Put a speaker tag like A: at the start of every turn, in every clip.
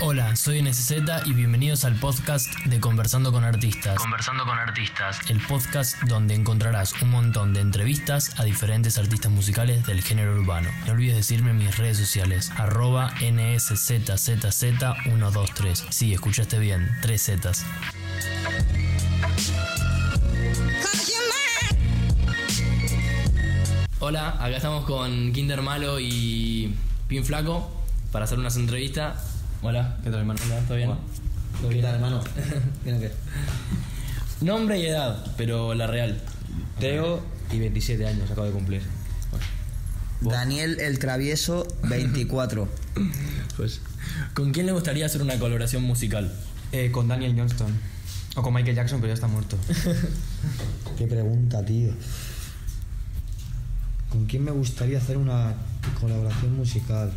A: Hola, soy NSZ y bienvenidos al podcast de Conversando con Artistas.
B: Conversando con artistas.
A: El podcast donde encontrarás un montón de entrevistas a diferentes artistas musicales del género urbano. No olvides decirme en mis redes sociales, arroba NSZZZ123. Sí, escuchaste bien, tres Zetas. Hola, acá estamos con Kinder Malo y Pin Flaco para hacer unas entrevistas. Hola.
C: ¿Qué tal, hermano?
A: Hola, ¿todo bien?
C: Hola.
A: ¿Todo
C: ¿Qué
A: bien?
C: tal, hermano? Bien, ok.
A: Nombre y edad, pero la real.
C: Teo y 27 años acabo de cumplir.
D: Daniel el Travieso, 24.
A: Pues. ¿Con quién le gustaría hacer una colaboración musical?
C: Eh, con Daniel Johnston. O con Michael Jackson, pero ya está muerto.
E: Qué pregunta, tío. ¿Con quién me gustaría hacer una colaboración musical?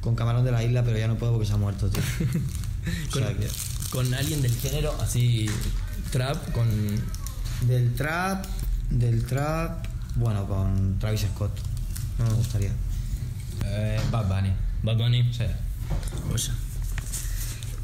E: Con Camarón de la Isla, pero ya no puedo porque se ha muerto, tío. O
A: Con,
E: sea que-
A: con alguien del género, así trap, con.
E: del trap, del trap, bueno, con Travis Scott. No me gustaría.
C: Eh, Bad Bunny.
A: Bad Bunny.
C: Sí.
A: Oye.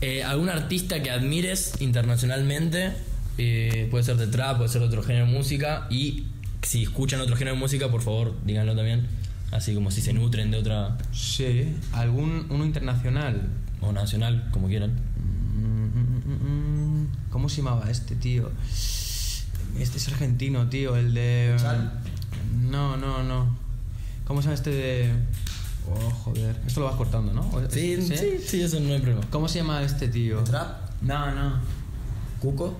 A: Eh, ¿Algún artista que admires internacionalmente? Eh, puede ser de trap, puede ser de otro género de música. Y si escuchan otro género de música, por favor, díganlo también. Así como si se nutren de otra.
C: Sí. ¿Algún uno internacional?
A: o nacional, como quieran.
C: Mm, mm, mm, mm. ¿Cómo se llamaba este tío? Este es argentino, tío. El de. mm,
E: ¿Chal?
C: No, no, no. ¿Cómo se llama este de.? Oh, joder. Esto lo vas cortando, ¿no? ¿Este? ¿O-
A: sí, eso no hay problema.
C: ¿Cómo se llama este tío?
E: ¿Trap?
C: No, no.
E: ¿Cuco?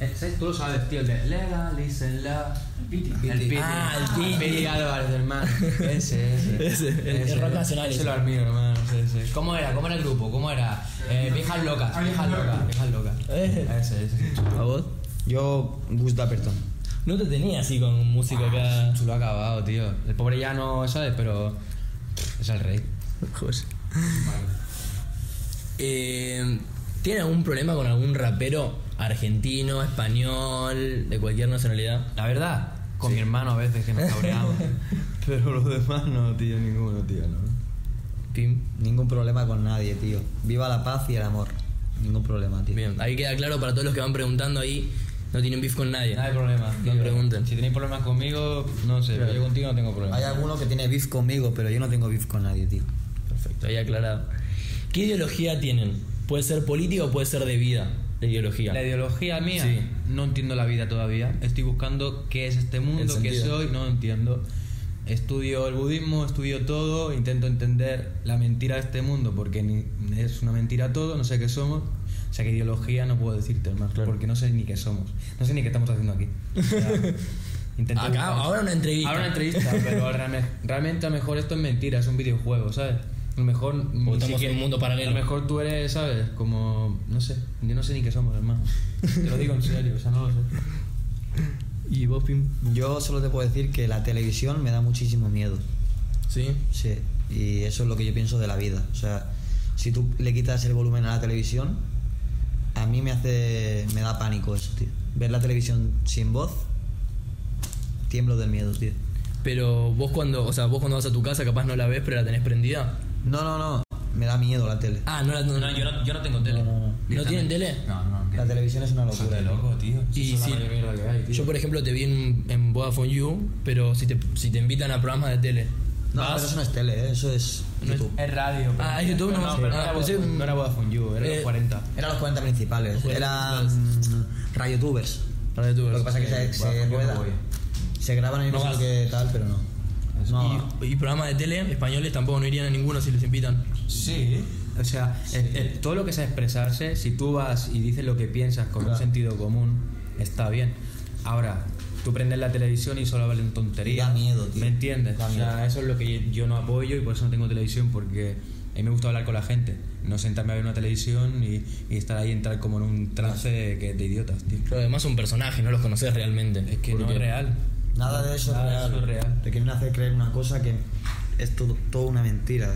C: Eh, ¿sabes? Tú lo sabes, tío, el de Legalícenla. El Piti. El Piti.
A: Ah, el Piti.
C: Piti Álvarez, hermano. Ese, ese.
A: Ese, el- el rock nacional,
C: Ese
A: ese.
C: lo admiro, hermano. Ese, ese. ¿Cómo era? ¿Cómo era el grupo? ¿Cómo era? Eh, viejas locas. Viejas locas. Viejas locas.
A: Eh.
C: Ese, ese.
A: ¿A vos?
E: Yo, Gus Dapperton.
A: No te tenía así con música acá.
C: Chulo acabado, tío. El pobre ya no, ¿sabes? Pero es el rey.
A: Eh, ¿Tiene algún problema con algún rapero argentino, español, de cualquier nacionalidad?
C: La verdad, con mi hermano a veces que nos cabreamos. pero los demás no, tío, ninguno, tío, no.
A: Pim.
E: Ningún problema con nadie, tío. Viva la paz y el amor. Ningún problema, tío.
A: Bien, ahí queda claro para todos los que van preguntando ahí, no tienen beef con nadie.
C: No hay problema.
A: No
C: tío.
A: pregunten.
C: Si tenéis problemas conmigo, no sé, pero yo contigo no tengo problemas.
E: Hay alguno que tiene beef conmigo, pero yo no tengo beef con nadie, tío.
A: Perfecto, ahí aclarado. ¿Qué ideología tienen? Puede ser política o puede ser de vida, de ideología.
C: La ideología mía,
A: Sí.
C: no entiendo la vida todavía. Estoy buscando qué es este mundo,
A: El
C: qué
A: sentido.
C: soy, no entiendo. Estudio el budismo, estudio todo, intento entender la mentira de este mundo, porque ni- es una mentira todo, no sé qué somos. O sea, que ideología no puedo decirte, hermano,
A: Claro.
C: porque no sé ni qué somos. No sé ni qué estamos haciendo aquí. O sea, intenté
A: Acá,
C: buscar-
A: ahora una entrevista.
C: Ahora una entrevista, pero realme- realmente a lo mejor esto es mentira, es un videojuego, ¿sabes? A lo mejor... ni
A: estamos en un mundo paralelo.
C: A lo mejor tú eres, ¿sabes? Como... No sé, yo no sé ni qué somos, hermano. Te lo digo en serio, o sea, no lo sé.
A: ¿Y vos, Pim?
E: Yo solo te puedo decir que la televisión me da muchísimo miedo.
A: Sí.
E: Sí, y eso es lo que yo pienso de la vida. O sea, si tú le quitas el volumen a la televisión, a mí me hace. me da pánico eso, tío. Ver la televisión sin voz, tiemblo del miedo, tío.
A: Pero vos cuando, o sea, vos cuando vas a tu casa capaz no la ves, pero la tenés prendida.
E: No, no, no, me da miedo la tele.
A: Ah, no la no, yo no, tengo
E: tele. No, no, no.
A: tienen tele?
C: No, no,
E: La televisión es una locura.
C: tío.
A: Y si- yo por ejemplo te vi en, en Vodafone You, pero si te, si te invitan a programas de tele.
E: No,
A: vas-
E: pero eso no es tele, ¿eh? eso es
A: No es-
E: YouTube.
C: Es radio.
A: Ah, es YouTube, no,
C: no, pues
A: sí.
C: pero
A: Ah,
C: no, era
A: pensé-
C: Vodafone, no era Vodafone You, era
A: Eh,
C: los 40.
E: Eran los 40 principales,
A: Los 40
E: eran mm, radiotubers.
A: Radiotubers,
E: Lo que pasa es eh, que
C: sí.
E: se, se
C: Bueno, Pues, yo
E: rueda.
C: no voy.
E: Se graban y no,
A: No vas.
E: sé qué tal, pero no. No,
A: Y, y programas de tele españoles tampoco no irían a ninguno si los invitan.
C: Sí. O sea, el- el- todo lo que sea expresarse, si tú vas y dices lo que piensas con un
E: Claro.
C: sentido común, está bien. Ahora, tú prendes la televisión y solo hablan tonterías.
E: Da miedo, tío.
C: ¿Me entiendes?
E: Da
C: o sea,
E: miedo.
C: eso es lo que yo, yo no apoyo y por eso no tengo televisión, porque a mí me gusta hablar con la gente. No sentarme a ver una televisión y, y estar ahí entrar como en un trance que de idiotas, tío.
A: Pero además son personajes, no los conoces realmente.
C: Es que no
A: Porque-
C: es real.
E: Nada de eso
C: Nada de
E: es real.
C: eso es real.
E: Te quieren hacer creer una cosa que es todo, todo una mentira.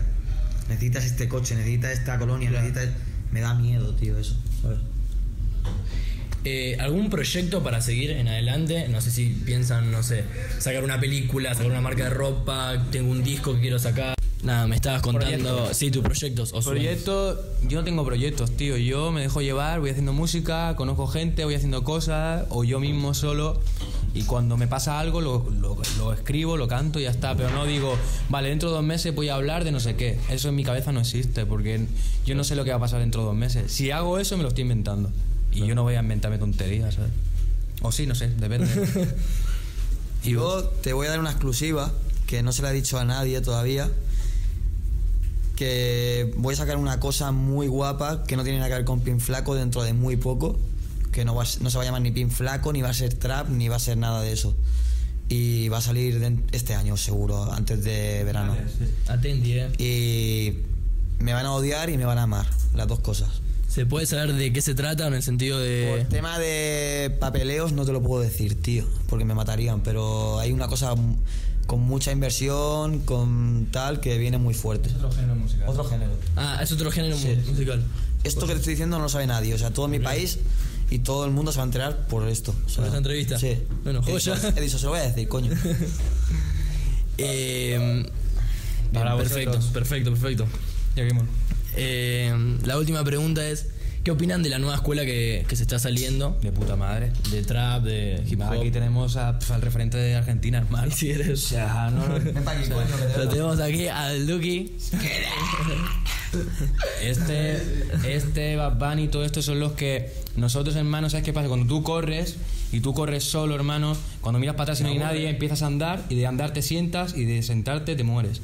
E: Necesitas este coche, necesitas esta colonia, necesitas... Me da miedo, tío, eso. ¿sabes?
A: Eh, ¿Algún proyecto para seguir en adelante? No sé si piensan, no sé, sacar una película, sacar una marca de ropa, tengo un disco que quiero sacar. Nada, me estabas contando.
C: Proyectos.
A: Sí, tus proyectos o sueños.
C: Proyectos, yo no tengo proyectos, tío. Yo me dejo llevar, voy haciendo música, conozco gente, voy haciendo cosas, o yo mismo solo. Y cuando me pasa algo, lo, lo- lo escribo, lo canto y ya está. Pero no digo, vale, dentro de dos meses voy a hablar de no sé qué. Eso en mi cabeza no existe, porque yo no sé lo que va a pasar dentro de dos meses. Si hago eso, me lo estoy inventando. Y yo no voy a inventarme tonterías, ¿sabes? O sí, no sé, depende.
E: Y yo te voy a dar una exclusiva que no se la he dicho a nadie todavía. Que voy a sacar una cosa muy guapa que no tiene nada que ver con Pin Flaco dentro de muy poco. Que no, va a ser- no se va a llamar ni Pin Flaco, ni va a ser Trap, ni va a ser nada de eso. Y va a salir den- este año seguro, antes de verano.
A: Atenti, eh.
E: Y me van a odiar y me van a amar, las dos cosas.
A: ¿Se puede saber de qué se trata en el sentido
E: Por
A: de.
E: tema de papeleos no te lo puedo decir, tío, porque me matarían, pero hay una cosa m- con mucha inversión, con tal, que viene muy fuerte.
C: género musical.
E: Otro género.
A: Ah, es otro género
E: Sí.
A: mu- musical.
E: Esto que te estoy diciendo no lo sabe nadie, o sea, todo mi país y todo el mundo se va a enterar por esto. o sea,
A: Por esta entrevista.
E: Sí.
A: Bueno,
E: He
A: joya.
E: dicho- he dicho, se lo voy a decir, coño.
A: Eh,
C: Para
A: bien,
C: vosotros.
A: perfecto, perfecto, perfecto. Eh, la última pregunta es: ¿qué opinan de la nueva escuela que, que se está saliendo?
C: De puta madre.
A: De trap, de hip hop.
C: Aquí tenemos a- pues, al referente de Argentina, hermano.
A: Si eres-
C: O sea, no, no,
E: Ven pa' aquí, coño, que te
A: Lo
E: veo.
A: tenemos aquí al Duki.
C: Este, este Bad Bunny y todo esto son los que nosotros, hermano, ¿sabes qué pasa? Cuando tú corres y tú corres solo, hermano, cuando miras para atrás y no hay nadie, empiezas a andar y de andar te sientas y de sentarte te mueres.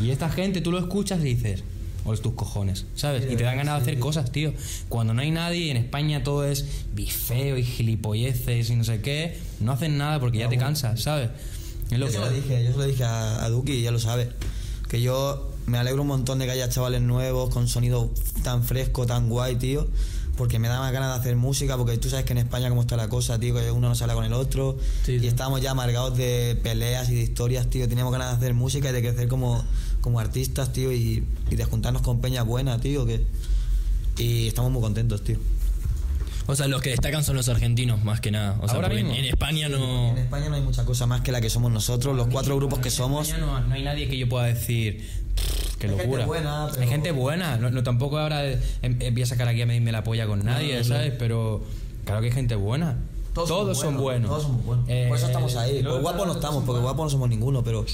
C: Y esta gente, tú lo escuchas y dices, o tus cojones, ¿sabes? Y te dan ganas de hacer cosas, tío. Cuando no hay nadie y en España todo es bifeo y gilipolleces y no sé qué, no hacen nada porque ya te cansas, ¿sabes? Es lo
E: yo
C: que
E: se lo
C: hay.
E: dije, yo se lo dije a, a Duki, ya lo sabe. Que yo me alegro un montón de que haya chavales nuevos con sonido tan fresco, tan guay, tío. Porque me da más ganas de hacer música, porque tú sabes que en España cómo está la cosa, tío, que uno no se habla con el otro.
A: Sí,
E: y
A: sí.
E: estamos ya amargados de peleas y de historias, tío. Teníamos ganas de hacer música y de crecer como, como artistas, tío, y, y de juntarnos con peña buena, tío. Que, y estamos muy contentos, tío.
A: O sea, los que destacan son los argentinos, más que nada. O sea,
C: Ahora
A: porque en-
C: mismo.
A: en España no.
C: Oh.
E: En España no hay mucha cosa más que la que somos nosotros, los cuatro grupos que somos.
C: España No, no hay nadie que yo pueda decir. "Pff, Qué
E: Hay
C: locura.
E: gente buena, pero-
C: Hay gente buena. No, no, tampoco ahora eh, em- em- voy a sacar aquí a medirme la polla con nadie, ¿sabes? Pero claro que hay gente buena. Todos, son buenos.
E: Todos somos buenos.
C: Eh,
E: por eso estamos ahí.
C: y luego
E: Por guapos no
C: todos
E: estamos,
C: son
E: porque
C: buenos.
E: guapos no somos ninguno, pero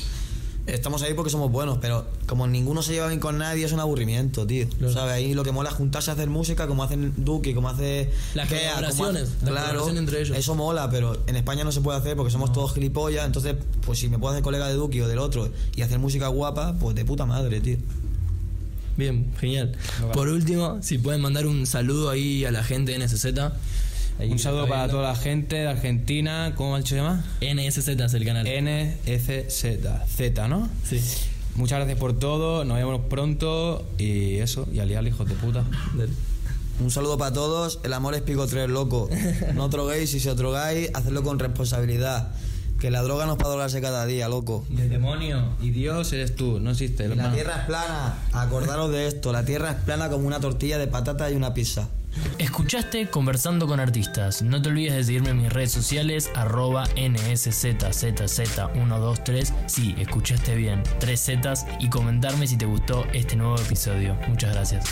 E: estamos ahí porque somos buenos. Pero como ninguno se lleva bien con nadie, es un aburrimiento, tío. ¿Sabes? Ahí lo que mola es juntarse a hacer música, como hacen Duki, como hace.
A: Las
E: Gea, como
A: colaboraciones,
E: hace-
A: la
E: Claro,
A: colaboración entre ellos.
E: eso mola, pero en España no se puede hacer porque somos todos gilipollas. Entonces, pues si me puedo hacer colega de Duki o del otro y hacer música guapa, pues de puta madre, tío.
A: Bien, genial. Por último, si pueden mandar un saludo ahí a la gente de NSZ.
C: Un saludo para toda la gente de Argentina. ¿Cómo ha dicho se llama?
A: NSZ es el canal.
C: NSZ. Z, ¿no?
A: Sí.
C: Muchas gracias por todo. Nos vemos pronto. Y eso. Y aliar, hijos de puta.
E: Un saludo para todos. El amor es pico 3, loco. No droguéis y si os drogáis, hacedlo con responsabilidad. Que la droga no es para drogarse cada día, loco.
C: Y el demonio y Dios eres tú. No existe.
E: Y La
C: hermano.
E: tierra es plana. Acordaros de esto. La tierra es plana como una tortilla de patata y una pizza.
A: Escuchaste Conversando con Artistas. No te olvides de seguirme en mis redes sociales, arroba NSZZZ123. Sí, escuchaste bien, tres Zetas, y comentarme si te gustó este nuevo episodio. Muchas gracias.